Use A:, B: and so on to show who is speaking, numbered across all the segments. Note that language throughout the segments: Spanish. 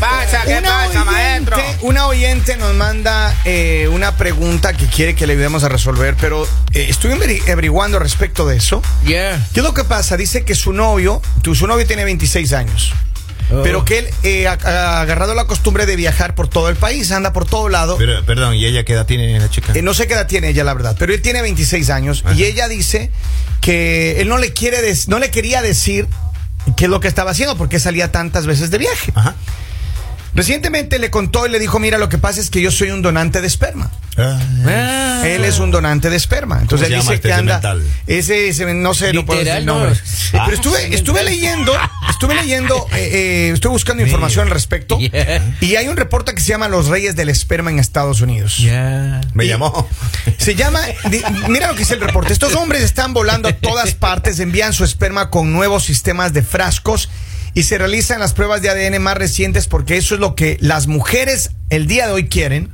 A: pasa? ¿Qué
B: Una
A: pasa,
B: oyente-
A: maestro?
B: Una oyente nos manda eh, una pregunta que quiere que le ayudemos a resolver, pero eh, estoy averi- averiguando respecto de eso.
A: Yeah.
B: ¿Qué es lo que pasa? Dice que su novio, tu, su novio tiene 26 años.
A: Oh.
B: Pero que él eh, ha, ha agarrado la costumbre de viajar por todo el país, anda por todo lado.
C: Pero, perdón, ¿y ella qué edad tiene la chica?
B: Eh, no sé qué edad tiene ella, la verdad, pero él tiene 26 años
C: Ajá.
B: y ella dice que él no le quiere des- no le quería decir qué es lo que estaba haciendo porque salía tantas veces de viaje.
C: Ajá.
B: Recientemente le contó y le dijo, mira, lo que pasa es que yo soy un donante de esperma. Eh,
A: Ah.
B: Él es un donante de esperma. Entonces
C: se
B: él
C: llama
B: dice
C: este
B: que anda.
C: semental?
B: Ese, ese- no sé, no puedo decir
A: Literal,
B: el
A: no.
B: nombre. Eh,
C: Ah.
B: Pero estuve, estuve leyendo, estuve leyendo, eh, eh, estuve buscando información al respecto.
A: Yeah.
B: Y hay un reporte que se llama Los Reyes del Esperma en Estados Unidos.
A: Yeah.
C: Me
B: Y-
C: llamó.
B: Se llama, di- mira lo que dice el reporte. Estos hombres están volando a todas partes, envían su esperma con nuevos sistemas de frascos y se realizan las pruebas de ADN más recientes porque eso es lo que las mujeres el día de hoy quieren.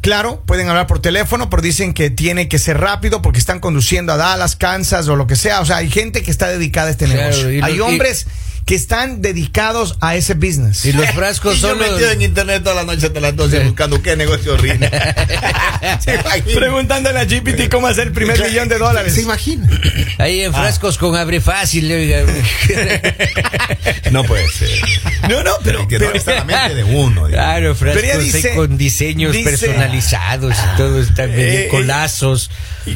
B: Claro, pueden hablar por teléfono, pero dicen que tiene que ser rápido porque están conduciendo a Dallas, Kansas o lo que sea. O sea, hay gente que está dedicada a este
A: Claro, y
B: negocio.
A: lo-
B: Hay
A: y-
B: hombres que están dedicados a ese business.
A: Y los frascos
C: Y yo
A: son los...
C: metido en internet toda la noche hasta las 12
A: Sí.
C: buscando qué negocio horrible.
B: Preguntándole a GPT cómo hacer el primer millón de dólares.
C: ¿Se imagina?
A: Ahí
B: Ah.
A: en frascos con abre fácil, oiga.
C: No puede ser.
B: No, no, pero,
C: que no,
B: pero-
C: está la mente de uno. digamos.
A: Claro, frascos
B: Pero ella
A: ahí
B: dice-
A: con diseños
B: dice-
A: personalizados y todo está
B: Eh,
A: bien, con lazos,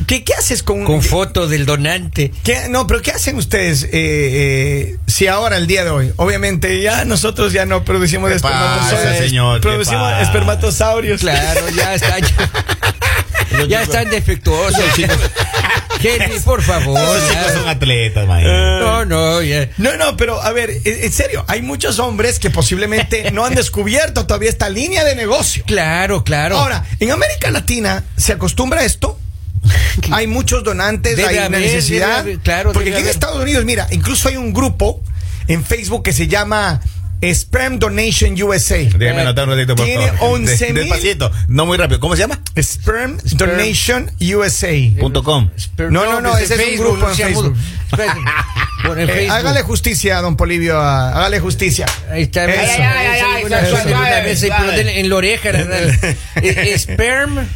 B: ¿Qué, qué haces con,
A: con foto del donante.
B: ¿Qué- no, pero ¿qué hacen ustedes eh, eh, si ahora, el día de hoy? Obviamente, ya nosotros ya no producimos
C: ¿Qué
B: espermatozoides.
C: pasa, señor? ¿Qué
B: producimos
C: pasa?
B: espermatosaurios.
A: Claro, ya están, ya, están defectuosos, chicos. Henry, por favor.
C: Esos
A: ya.
C: chicos son atletas, maestro.
A: No, no, ya.
B: No, no, pero a ver, en- en serio, hay muchos hombres que posiblemente no han descubierto todavía esta línea de negocio.
A: Claro, claro.
B: Ahora, en América Latina se acostumbra a esto. Hay muchos donantes,
A: Debe
B: hay una
A: haber, debe
B: necesidad.
A: haber, claro,
B: porque
A: debe
B: aquí en
A: haber.
B: Estados Unidos, mira, incluso hay un grupo en Facebook que se llama Sperm Donation USA.
C: Déjame anotar un ratito, por
B: Eh, Tiene
C: favor.
B: 11.000.
C: Despacito, no muy rápido. ¿Cómo se llama?
B: Sperm, Donation USA.
C: Punto com.
A: Pero
B: No, no, no,
A: desde
B: ese es un grupo en
A: no sea
B: Facebook.
A: mudo. Espérate. Por el
B: Eh,
A: Facebook.
B: hágale justicia, don Polivio, a- hágale justicia.
A: Ahí está.
B: Eso.
A: ves,
B: Ay, ay,
A: ves,
D: ay, ay,
A: alguna-
D: suave,
A: alguna
D: suave,
A: vez, pero
D: suave.
A: denle en la oreja. la verdad. Eh, Sperm.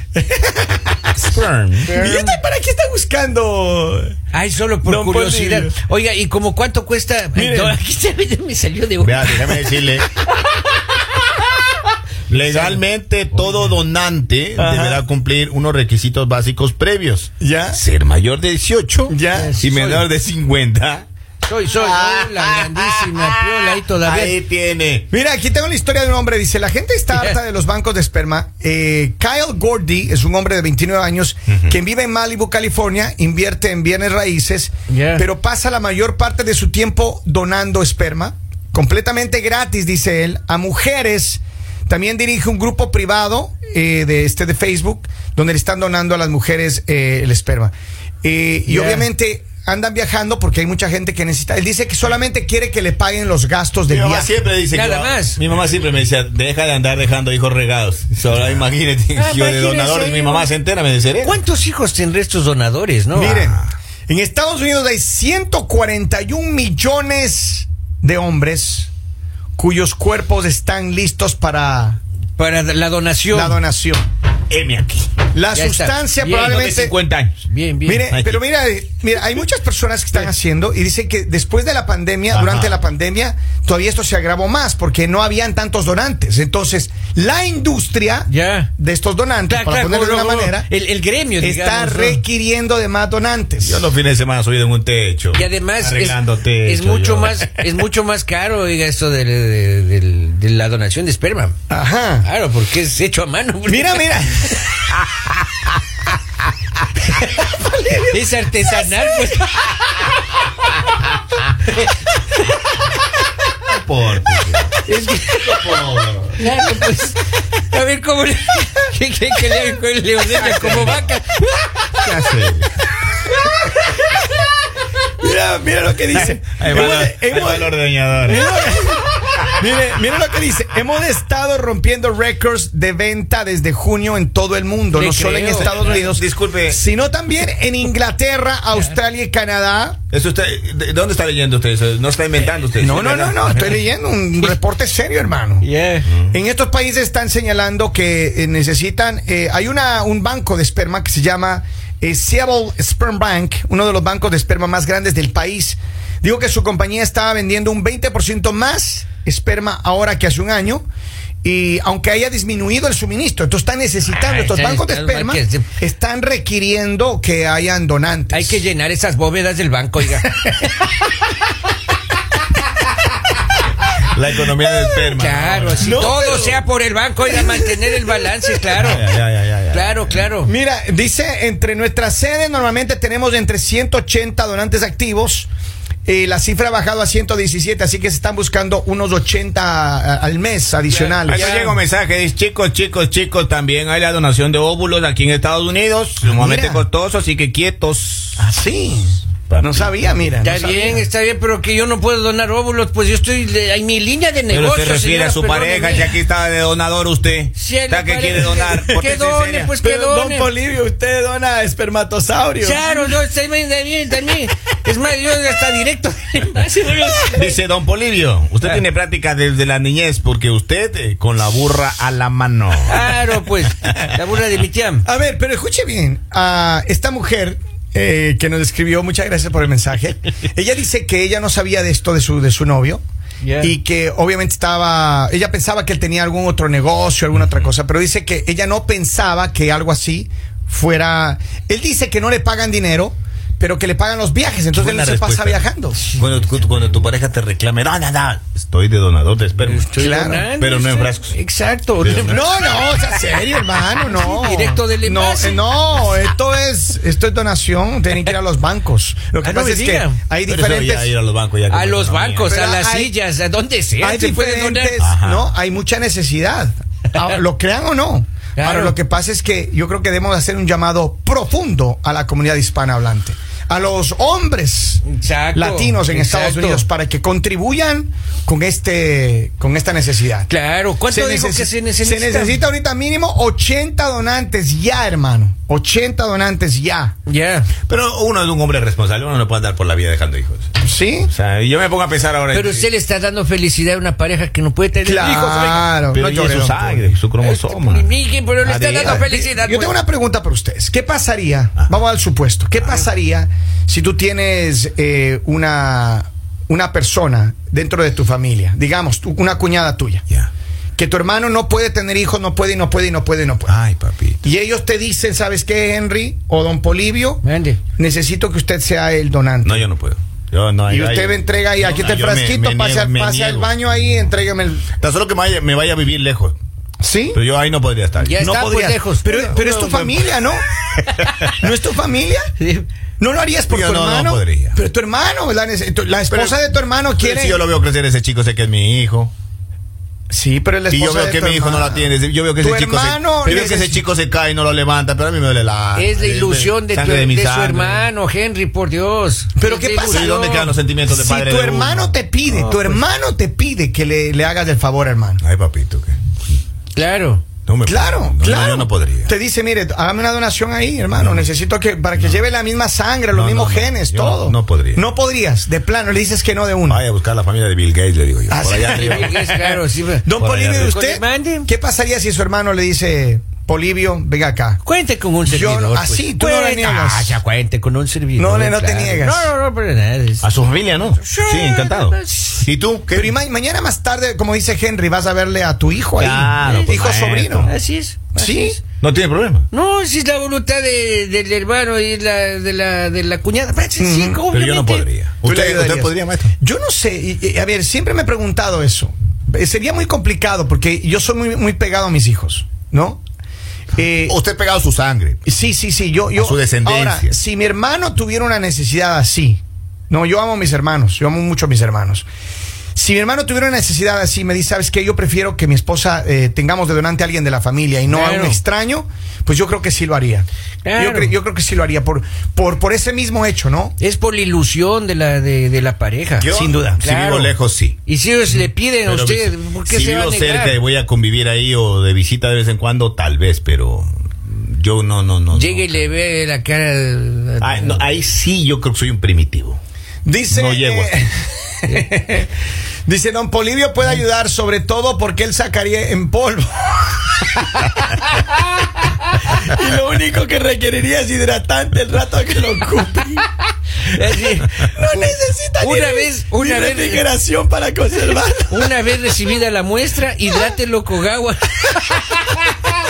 C: Sperm.
B: ¿Y este para qué está buscando?
A: Ay, solo por
B: Don
A: curiosidad.
B: Polibio.
A: Oiga, ¿y como cuánto cuesta?
B: Mire.
A: No, aquí se ve, me salió de
C: Vea, déjame decirle. Legalmente, todo donante
B: Ajá.
C: deberá cumplir unos requisitos básicos previos.
B: ¿Ya?
C: Ser mayor de 18
B: Ya.
C: y menor de 50.
A: Soy, soy,
B: Ah.
A: soy la grandísima piola ahí todavía.
C: Ah, Ahí tiene.
B: Mira, aquí tengo la historia de un hombre. Dice, la gente está harta de los bancos de esperma. Eh, Kyle Gordy es un hombre de 29 años quien vive en Malibu, California, invierte en bienes raíces,
A: Yeah.
B: pero pasa la mayor parte de su tiempo donando esperma, completamente gratis, dice él, a mujeres. También dirige un grupo privado eh, de este de Facebook donde le están donando a las mujeres eh, el esperma. Eh, Y
A: Yeah.
B: obviamente andan viajando porque hay mucha gente que necesita. Él dice que solamente quiere que le paguen los gastos
C: Mi
B: del
C: mamá
B: viaje.
C: siempre dice
A: Nada
C: que-
A: más.
C: Mi mamá siempre me decía, deja de andar dejando hijos regados. Solo imagínate,
A: Ah,
C: yo de
A: imagínese,
C: donadores, mi
A: yo-
C: mamá se entera, me deshereda.
A: ¿Cuántos hijos tendrá estos donadores, no?
B: Miren,
A: Ah.
B: en Estados Unidos hay 141 millones de hombres cuyos cuerpos están listos para
A: Para la donación.
B: la donación.
C: Heme aquí.
B: La
A: Ya está.
B: sustancia
A: Bien,
C: De
B: probablemente...
C: 50 años.
A: Bien, bien.
B: Mire,
C: Ahí.
B: pero mira, eh, mira, hay muchas personas que están haciendo y dicen que después de la pandemia,
C: Ajá.
B: durante la pandemia, todavía esto se agravó más porque no habían tantos donantes. Entonces, la industria
A: Ya.
B: de estos donantes,
A: Claro,
B: para
A: claro,
B: ponerlo de
A: como
B: una
A: lo-
B: manera,
A: El, el gremio,
B: está
A: digamos, ¿no?
B: requiriendo de más donantes.
C: Yo los fines de semana subido en un techo.
A: Y además es,
C: arreglando techo,
A: es mucho
C: yo.
A: más es mucho más caro, oiga, esto de, de- de- de la donación de esperma.
B: Ajá.
A: Claro, porque es hecho a mano.
B: Mira, mira.
A: Es artesanal. pues.
C: Por-
A: Claro, pues. A ver cómo le, que, que- que le hagan con- le ordeñan como vaca.
C: ¿Qué hace?
B: Mira, mira lo que dice.
C: Ahí va
B: Hemos-
C: la- ahí
B: hemos-
C: va la ordeñadora.
B: Mire, mire lo que dice. Hemos estado rompiendo récords de venta desde junio en todo el mundo,
A: Le
B: no solo en
A: creo.
B: Estados Unidos,
C: Disculpe.
B: sino también en Inglaterra, Australia y Canadá.
C: Eso usted, ¿de ¿Dónde está leyendo usted eso? No está inventando usted.
B: No,
C: Sí,
B: no, no,
C: ¿verdad?
B: no, estoy leyendo un reporte serio, hermano.
A: Yeah.
B: En estos países están señalando que eh, necesitan, eh, hay una, un banco de esperma que se llama eh, Seattle Sperm Bank, uno de los bancos de esperma más grandes del país. Digo que su compañía estaba vendiendo un 20% más esperma ahora que hace un año. Y aunque haya disminuido el suministro, entonces están necesitando,
A: Ah,
B: estos
A: están
B: bancos de
A: necesitando
B: esperma
A: más que-
B: están requiriendo que hayan donantes.
A: Hay que llenar esas bóvedas del banco, oiga.
C: La economía del esperma.
A: Claro, si
B: No,
A: todo
B: pero-
A: sea por el banco, oiga, mantener el balance, claro.
C: Ya, ya, ya, ya, ya.
A: Claro, claro.
B: Mira, dice, entre nuestras sedes normalmente tenemos entre 180 donantes activos. Eh, la cifra ha bajado a 117, así que se están buscando unos 80 a- al mes adicionales.
C: Ahí nos llega un mensaje, dice, chicos, chicos, chicos, también hay la donación de óvulos aquí en Estados
A: Ah,
C: Unidos, sumamente
B: mira.
C: costoso, así que quietos.
B: Ah, sí. No sabía, mira. no
A: Está
B: sabía.
A: bien, está bien, pero que yo no puedo donar óvulos, pues yo estoy en mi línea de
C: Pero
A: negocio.
C: se refiere a su pareja, que aquí está de donador usted.
A: Si a la
C: Está que
A: pareja-
C: quiere donar.
A: que
C: pórtese
A: done,
C: seria.
A: pues, que done.
B: Polivio, usted dona espermatosaurio.
A: Claro, no, está bien, está bien, está bien. Es más, yo hasta directo.
C: Dice don Polivio, usted tiene práctica desde la niñez porque usted eh, con la burra a la mano.
A: Claro, pues, la burla de mi tía.
B: A ver, pero escuche bien. a esta mujer eh, que nos escribió, muchas gracias por el mensaje. Ella dice que ella no sabía de esto de su, de su novio.
A: Yeah.
B: Y que obviamente estaba. Ella pensaba que él tenía algún otro negocio, alguna otra cosa. Pero dice que ella no pensaba que algo así fuera. Él dice que no le pagan dinero, pero que le pagan los viajes. Entonces él
C: Buena
B: no se pasa
C: respuesta.
B: viajando.
C: Cuando, tu- cuando tu pareja te reclame, no, no, no, estoy de donador de esperma.
A: Estoy
B: claro,
A: donando,
C: pero no en
A: sí.
C: frascos.
A: Exacto.
C: Pero
B: No, no, o sea, serio, hermano, no.
A: Directo del
B: no,
A: envase.
B: eh, no, esto es, esto es donación, tienen que ir a los bancos. Lo que
A: Ah, no
B: pasa
A: me
B: es
A: diga.
B: que hay
C: Pero eso ya ir
B: diferentes,
C: a los bancos. ya
A: A
C: como
A: los
C: economía.
A: bancos,
B: Pero
A: a las
B: hay-
A: sillas, a donde sea.
B: hay
A: se puede donar.
B: diferentes,
C: Ajá.
B: no, hay mucha necesidad. Ahora, lo crean o no.
A: Claro.
B: Ahora, lo que pasa es que yo creo que debemos hacer un llamado profundo a la comunidad hispanohablante, a los hombres
A: Exacto,
B: latinos en Estados
A: exacto.
B: Unidos para que contribuyan con este, con esta necesidad.
A: Claro, ¿cuánto dijo
B: necesi-
A: que se
B: se
A: necesita?
B: necesita ahorita mínimo 80 donantes ya, hermano. 80 donantes ya.
A: Ya.
C: Pero uno es un hombre responsable, uno no puede andar por la vida dejando hijos.
B: ¿Sí?
C: O sea, yo me pongo a pensar ahora.
A: Pero
C: eh,
A: usted le está dando felicidad a una pareja que no puede tener hijos. oiga.
B: Claro.
C: pero
B: no
C: ella es
B: lloremos,
C: su sangre, su cromosoma.
A: Miki, pero le está
C: ADN.
A: dando felicidad.
B: Yo
A: pues.
B: tengo una pregunta para ustedes. ¿Qué pasaría?
C: Ah.
B: Vamos al supuesto. ¿Qué pasaría si tú tienes eh, una, una persona dentro de tu familia? Digamos, tú- una cuñada tuya.
C: Ya.
B: Que tu hermano no puede tener hijos, no puede y no puede y no puede y no puede.
C: Ay, papi.
B: Y ellos te dicen, ¿sabes qué, Henry? O don Polivio,
A: Mande.
B: necesito que usted sea el donante.
C: No, yo no puedo. Yo no,
B: Y
C: yo-
B: usted me entrega y
C: No,
B: aquí está el
C: yo me-
B: frasquito,
C: me
B: pase,
C: niego, me
B: pase al
C: niego.
B: baño ahí, entrégame el.
C: Tan solo que me vaya, me vaya a vivir lejos.
B: ¿Sí?
C: Pero yo ahí no podría estar.
A: Ya
C: no
A: está, pues,
C: podría.
A: lejos.
B: Pero,
A: Una-
B: pero es
A: una-
B: tu familia, ¿no? ¿No es tu familia?
A: Sí.
B: No lo harías por
C: Yo
B: tu
C: no, no
B: hermano.
C: podría.
B: Pero tu hermano, la, nece- tu- la
C: Pero-
B: esposa de tu hermano
C: pero
B: quiere.
C: Si yo lo veo crecer, ese chico sé que es mi hijo.
B: Sí, pero la
C: Y
B: esposa
C: yo veo
B: de
C: que
B: tu
C: mi hijo no
B: hermano.
C: la tiene. Yo veo que
B: Tu
C: ese chico, se,
B: hermano
C: yo veo que ese
B: neces-
C: chico se cae y no lo levanta. Pero a mí me duele la.
A: Es la
C: eh,
A: ilusión de, tu-
C: sangre
A: de
C: mi
A: su
C: sangre.
A: hermano, Henry, por Dios.
B: Pero
A: Es
B: ¿qué
A: la
B: pasa?
A: ilusión.
C: ¿Y dónde quedan los sentimientos de
B: Si
C: padre?
B: tu
C: de
B: hermano
C: uno? pues.
B: te pide, tu hermano te pide que le, le hagas el favor, hermano.
C: Ay, papito, ¿qué?
A: Claro.
C: No me
B: Claro,
C: no,
B: claro.
C: Yo no podría.
B: Te dice, mire, hágame una donación ahí, hermano.
C: No.
B: Necesito que para que lleve la misma sangre, los
C: No,
B: mismos
C: no, no.
B: genes,
C: Yo
B: todo.
C: no- no podría.
B: No podrías, de plano. Le dices que no de uno.
C: Vaya a buscar la familia de Bill Gates, le digo yo.
B: Ah,
C: Por
B: sí.
C: allá
A: Sí,
C: arriba.
A: es claro, sí.
B: Don
C: Por
B: Polivio,
C: allá
B: ¿y
A: arriba.
B: usted?
A: Mande.
B: ¿Qué pasaría si su hermano le dice, Polivio, venga acá?
A: Cuente con un servidor.
B: no-
A: pues.
B: así, tú no le
A: Cuente-
B: niegas.
A: Ah, ya cuente con un servidor.
B: No le- no te niegas.
A: No, no, no, pero nada. es-
C: A su familia, ¿no?
A: Sí.
C: encantado. ¿Y tú? ¿Qué?
B: Pero y ma- mañana más tarde, como dice Henry, vas a verle a tu hijo ahí.
C: Claro, pues,
B: hijo
C: maestro.
B: sobrino.
A: Así es. así
B: ¿Sí?
A: es.
C: No tiene problema.
A: No, si es la voluntad de- del hermano y la, de, la, de la cuñada. Pero sí, sí,
C: Pero yo no
A: obviamente.
C: podría.
B: ¿Tú le
C: ¿Usted,
B: ayudarías?
C: usted podría, maestro?
B: Yo no sé, y- y, a ver, siempre me he preguntado eso. Eh, Sería muy complicado porque yo soy muy, muy pegado a mis hijos, ¿no? Eh,
C: Usted pegado su sangre.
B: sí, sí, sí, yo... yo
C: su descendencia.
B: Ahora, si mi hermano tuviera una necesidad así, no, yo amo a mis hermanos, yo amo mucho a mis hermanos. Si mi hermano tuviera una necesidad así, me dice, ¿sabes qué? Yo prefiero que mi esposa eh, tengamos de donante a alguien de la familia y no a
A: Claro.
B: un extraño, pues yo creo que sí lo haría.
A: Claro.
B: Yo, cre- yo creo que sí lo haría por, por, por ese mismo hecho, ¿no?
A: Es por la ilusión de la, de, de la pareja.
C: Yo,
A: sin duda.
C: Si vivo lejos, sí.
A: Y si ellos le piden a
C: Pero
A: usted,
C: vi-
A: ¿por qué
C: si
A: se va a
C: vivo
A: negar?
C: cerca y voy a convivir ahí o de visita de vez en cuando, tal vez, pero yo no, no, no. no.
A: Llega y le ve la cara al-
C: Ah, no, ahí sí yo creo que soy un primitivo.
B: Dice.
C: No llego.
B: eh, dice, Don Polivio puede ayudar, sobre todo porque él sacaría en polvo. y lo único que requeriría es hidratante el rato que lo ocupe. Eh,
A: Así.
B: No necesita
A: Una
B: ni-
A: vez-
B: ni
A: una vez-
B: refrigeración para conservarlo.
A: Una vez recibida la muestra, hidrátelo con agua,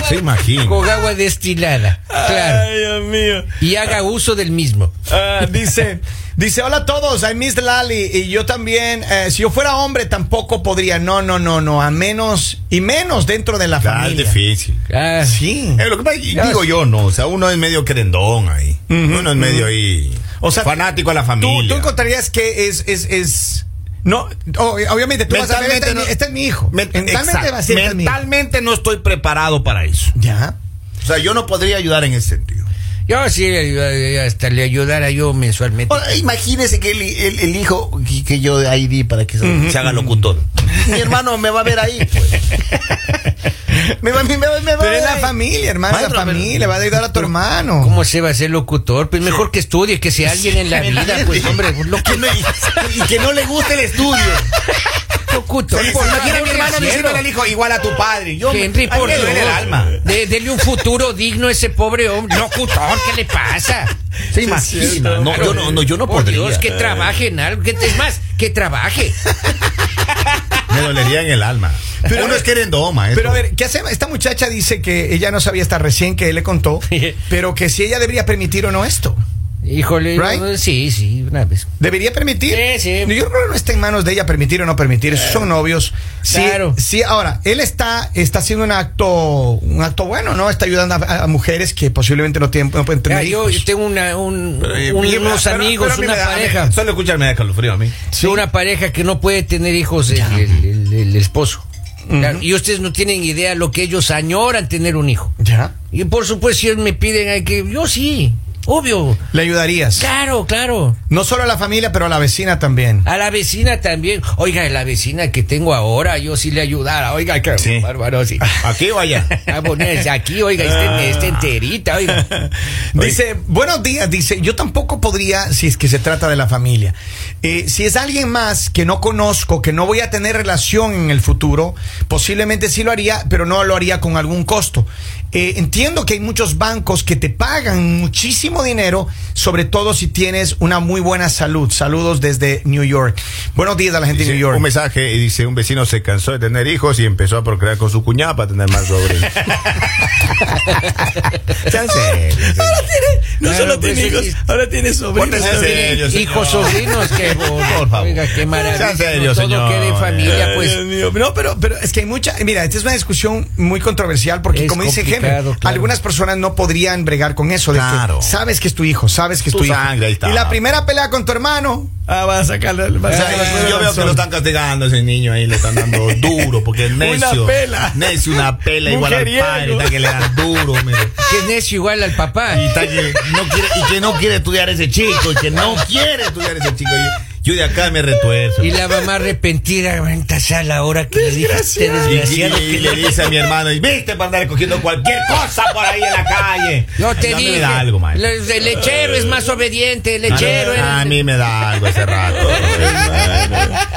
C: Se imagina.
A: con agua destilada. Claro.
B: Ay, Dios mío.
A: Y haga uso del mismo.
B: Ah, dice, dice, hola a todos, I miss Lali. Y yo también, eh, si yo fuera hombre, tampoco podría. No, no, no, no. A menos, y menos dentro de la
C: Ah, es
B: familia.
C: difícil.
A: Ah,
B: Sí.
C: Eh, lo que pasa- digo yo, no, o sea, uno es medio querendón ahí. Uno es medio ahí.
B: O sea,
C: fanático a la familia.
B: Tú, tú encontrarías que es, es, es. No, o- obviamente tú vas a ver, este, es
C: no-
B: mi- este es mi hijo.
C: Men-
B: mentalmente
C: exacto.
B: va a ser este es mi hijo.
C: Mentalmente no estoy preparado para eso.
B: Ya.
C: O sea, yo no podría ayudar en ese sentido.
A: yo sí, eh, hasta le ayudara yo mensualmente.
D: Ahora, imagínese que el, el- el hijo que, que yo ahí di para que se,
C: Se haga locutor.
D: mi hermano me va a ver ahí. pues. Me va, me va- me va a
B: Pero
D: ver
B: es la
D: ahí.
B: familia, hermano, es
D: Maestro,
B: la
D: pero-
B: familia. Va a ayudar a tu hermano.
A: ¿Cómo se va a ser locutor? Pues mejor que estudie, que sea alguien en la vida, pues hombre, un locu-
D: Que no- y que no le guste el estudio.
A: locutor.
C: Se
A: por
C: imagina a
A: favor,
C: mi hermano
A: cielo.
C: diciéndole al hijo, igual a tu padre. Yo me-
A: Henry,
C: a mí
A: por
C: me duele el
A: Dios.
C: alma.
A: De- dele un futuro digno a ese pobre hombre. Locutor, ¿qué le pasa?
C: Se imagina. No, yo no, no, yo no
A: por
C: podría.
A: Dios, que trabaje en algo. Que, es más, que trabaje.
C: Me dolería en el alma.
B: Pero-
C: uno es querendón, maestro.
B: Pero a ver, ¿qué hacemos? Esta muchacha dice que ella no sabía hasta recién que él le contó, pero que si ella debería permitir o no esto.
A: Híjole,
B: Right?
A: no, sí, sí, una vez.
B: Debería permitir.
A: Sí, sí.
B: Yo creo que no está en manos de ella permitir o no permitir. Son novios. Sí,
A: Claro.
B: sí, ahora, él está, está haciendo un acto, un acto bueno, ¿no? Está ayudando a, a mujeres que posiblemente no tienen, no pueden
A: Mira,
B: tener
A: yo
B: hijos.
A: tengo una, un-
C: Pero, eh,
A: un-
C: mira,
A: unos
C: pero-
A: amigos,
C: pero a mí
A: una
C: me da-
A: pareja.
C: Solo escucharme da calofrío a mí.
A: de Una pareja que no puede tener hijos el, el- el- el esposo. Claro, Y ustedes no tienen idea lo que ellos añoran tener un hijo.
B: Ya.
A: Y por supuesto, si ellos me piden ay, que yo sí, obvio.
B: Le ayudarías.
A: Claro, claro.
B: No solo a la familia, pero a la vecina también.
A: A la vecina también. Oiga, la vecina que tengo ahora, yo sí le ayudara. Oiga, qué
C: Sí.
A: bárbaro, sí. Ah,
C: Aquí Ah. o allá.
A: A ponerse aquí, oiga, esté, esté enterita, oiga.
B: Dice, buenos días, dice, yo tampoco podría si es que se trata de la familia. Eh, si es alguien más que no conozco, que no voy a tener relación en el futuro, posiblemente sí lo haría, pero no lo haría con algún costo. Eh, entiendo que hay muchos bancos que te pagan muchísimo dinero, sobre todo si tienes una muy buena salud. Saludos desde New York. Buenos días a la gente
C: Dice,
B: de New York.
C: un mensaje y dice, un vecino se cansó de tener hijos y empezó a procrear con su cuñada para tener más sobrinos.
A: No solo tiene hijos,
D: Ahora tiene sobrino.
C: Póntese serio, señor.
A: Hijos, sobrinos, que
C: Por favor.
A: Oiga, qué maravilla.
C: Sea serio,
A: Todo
C: señor. Eh,
A: quede en
C: Ay,
A: familia, pues.
B: No, pero, pero es que hay mucha. Mira, esta es una discusión muy controversial porque,
A: Es
B: como dice Henry,
A: complicado, claro.
B: algunas personas no podrían bregar con eso. De que
C: Claro.
B: sabes que es tu hijo, sabes que es tu,
C: Tu
B: hijo.
C: sangre, ahí está.
B: Y la primera pelea con tu hermano. Ah, vas a sacarle.
C: O sea, yo veo que lo están castigando a ese niño ahí, le están dando duro, porque es necio.
B: Una pela.
C: Necio, una pela igual al
B: Mujeriego.
C: padre, está que le dan duro, mire.
A: Que es necio igual al papá.
C: Y, está que no quiere, y que no quiere estudiar ese chico, y que no quiere estudiar ese chico. Yo, yo de acá me retuerzo.
A: Y la mamá arrepentida, venta a la hora que le dije a usted,
C: Y, y-
A: desgraciado.
C: y le dice a mi hermano, "Y viste para andar cogiendo cualquier cosa por ahí en la calle.
A: Yo
C: Ay,
A: te
C: a mí me
A: dije.
C: da algo, Ah, maestro.
A: le- el lechero es más obediente, el
C: A mí-
A: lechero. era-
C: A mí me da algo ese rato.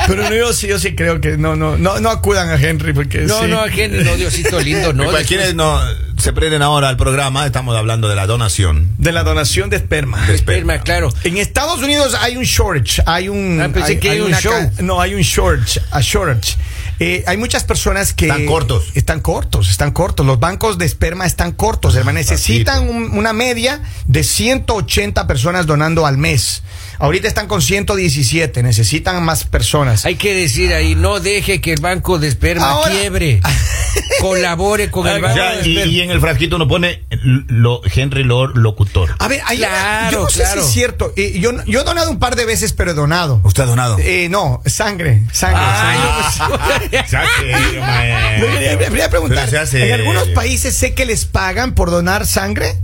B: Pero no, yo sí, yo sí creo que no, no, no, no acudan a Henry porque.
A: No,
B: sí.
A: no, Henry, no, Diosito lindo, no.
C: Para
A: después-
C: quienes no se prenden ahora al programa, estamos hablando de la donación.
B: De la donación de esperma.
C: De esperma.
A: Firma, claro.
B: En Estados Unidos hay un shortage, hay un.
A: Ah, pensé que hay un
B: una
A: show.
B: ca- No, hay un shortage, a shortage. Eh, hay muchas personas que.
C: Están cortos.
B: Están cortos, están cortos. Los bancos de esperma están cortos,
A: Ah,
B: hermano. Necesitan
C: Facilito.
B: un- una media de 180 personas donando al mes. Ahorita están con 117, necesitan más personas.
A: Hay que decir ahí, no deje que el banco de esperma
B: Ahora-
A: quiebre. Colabore con el
C: O
A: banco
C: sea,
A: de
C: y,
A: esperma.
C: y en el frasquito nos pone lo, Henry Lord locutor.
B: A ver, hay,
A: Claro,
B: yo no sé
A: claro.
B: si es cierto. Eh, yo, yo he donado un par de veces, pero he donado.
C: ¿Usted ha donado?
B: Eh, no, sangre, sangre.
C: Ah,
A: pues,
B: sangre. Me quería preguntar, en algunos países sé que les pagan por donar sangre,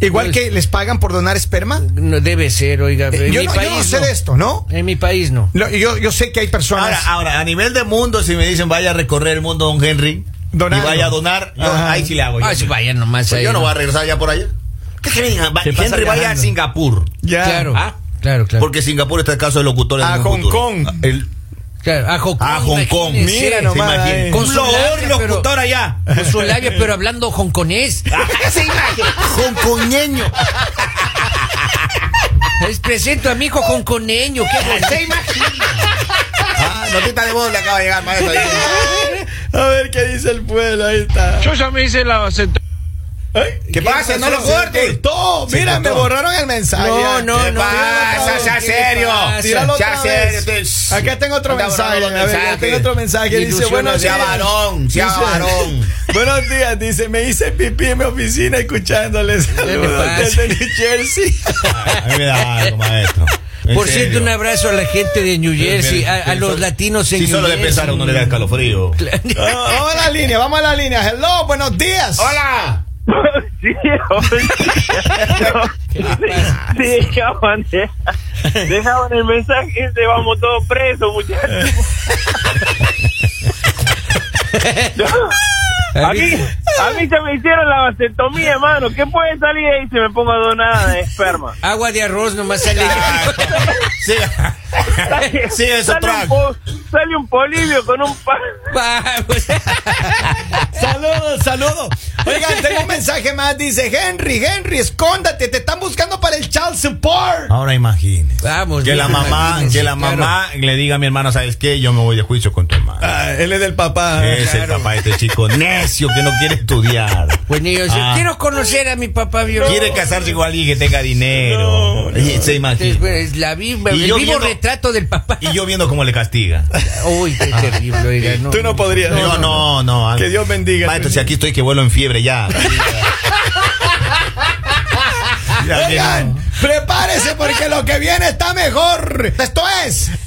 B: igual
A: Pues-
B: que les pagan por donar esperma.
A: No debe ser, oiga.
B: Eh,
A: en
B: yo,
A: mi
B: no, yo
A: país
B: no sé
A: no.
B: de esto, ¿no?
A: En mi país no.
B: Lo- Yo, yo sé que hay
C: Ahora, ah,
B: personas.
C: ahora, a nivel de mundo, si me dicen vaya a recorrer el mundo, don Henry,
B: Donando.
C: y vaya a donar, yo-
B: Ajá.
C: ahí sí le hago. yo.
A: Ah, sí, vaya nomás
C: Pues
A: ahí.
C: yo no
A: ¿no?
C: voy a regresar ya por allá. ¿Qué creen? Va-
B: Se pasa
C: Henry vaya a
B: viajando.
C: Singapur.
B: ya.
A: Claro,
C: Ah.
A: claro, claro.
C: Porque Singapur está el caso de locutores.
B: A
C: en el
B: Hong
C: futuro.
B: Kong.
C: El-
A: Claro, a Hong Kong.
C: a Hong Kong.
A: imagínese.
B: Mira nomás. eh.
A: Con
C: Con
A: su labia, pero-
C: locutor allá.
A: Con su labia, pero hablando hongkonés.
D: Hongkoñeño.
A: Les presento a mi hijo hongkoneño. ¿Qué
D: ¿Se imagina?
C: Ah, notita de voz le acaba de llegar, maestro.
B: A ver qué dice el pueblo, ahí está.
E: Yo ya me hice la sent-
B: Ay,
C: ¿Qué pasa?
B: pasó?
C: No lo
B: Se
C: cortes.
B: cortó.
C: Se
B: Mira, me
C: cortó.
B: borraron el mensaje.
A: No, no,
B: ¿Qué
A: no.
B: pasa?
A: ¿Qué
C: sea
A: le
C: serio.
A: pasa?
B: Tíralo
C: Ya
B: otra
C: sé,
B: vez.
C: yo te-
B: Acá tengo otro
C: Anda
B: mensaje.
C: borrando
B: A ver, acá
C: mensajes.
B: tengo otro mensaje. Dice,
A: Ilusiona,
B: buenos
C: sea
B: días.
C: varón, sea
B: Dice,
C: varón.
B: Buenos días, dice, me hice pipí en mi oficina escuchándoles. Saludos
A: pasa?
B: desde New Jersey.
C: A mí me da algo, maestro. En
A: Por
C: serio.
A: cierto, un abrazo a la gente de New Jersey, a, a los latinos en
C: Sí,
A: New
C: solo de
A: Jersey.
C: pensar a uno le da escalofrío.
B: Ah, vamos a la línea, vamos a la línea. Hello, buenos días.
C: ¡Hola!
F: Sí, sí, dejaban, dejaban el mensaje, se vamos todos presos, muchachos. A mí, a mí se me hicieron la vasectomía, hermano. ¿Qué puede salir ahí si me pongo a donar de esperma?
A: Agua de arroz nomás sale.
C: Ah. Sí, sí eso,
F: Sale un,
C: trago.
F: po- sale un polivio con un pan.
A: Vamos.
B: Saludos, saludos. Oigan, tengo un mensaje más. Dice, Henry, Henry, escóndate, te están buscando para el child support.
C: Ahora imagine.
A: Vamos.
C: Que la
A: mira,
C: mamá,
A: imagínense,
C: que la
A: claro.
C: mamá le diga a mi hermano, ¿sabes qué? Yo me voy de juicio con tu hermano.
B: Ah, él es del papá.
C: es el papá de este chico necio que no quiere estudiar.
A: Bueno, y Pues, yo
C: Ah.
A: quiero conocer a mi papá biológico.
C: Quiere casarse con alguien que tenga dinero. Y se
A: Es,
C: imagina.
A: pues, es la misma-
C: Y
A: el
C: yo
A: vivo
C: viendo-
A: retrato del papá.
C: Y yo viendo cómo le castiga.
A: Uy, qué terrible, oiga. No,
B: Tú no podrías.
C: Ah. No, no, no.
B: Que Dios bendiga.
C: Maestro, si aquí estoy que vuelo en fiebre ya. Ya, ya.
B: Oigan, prepárese porque lo que viene está mejor. Esto es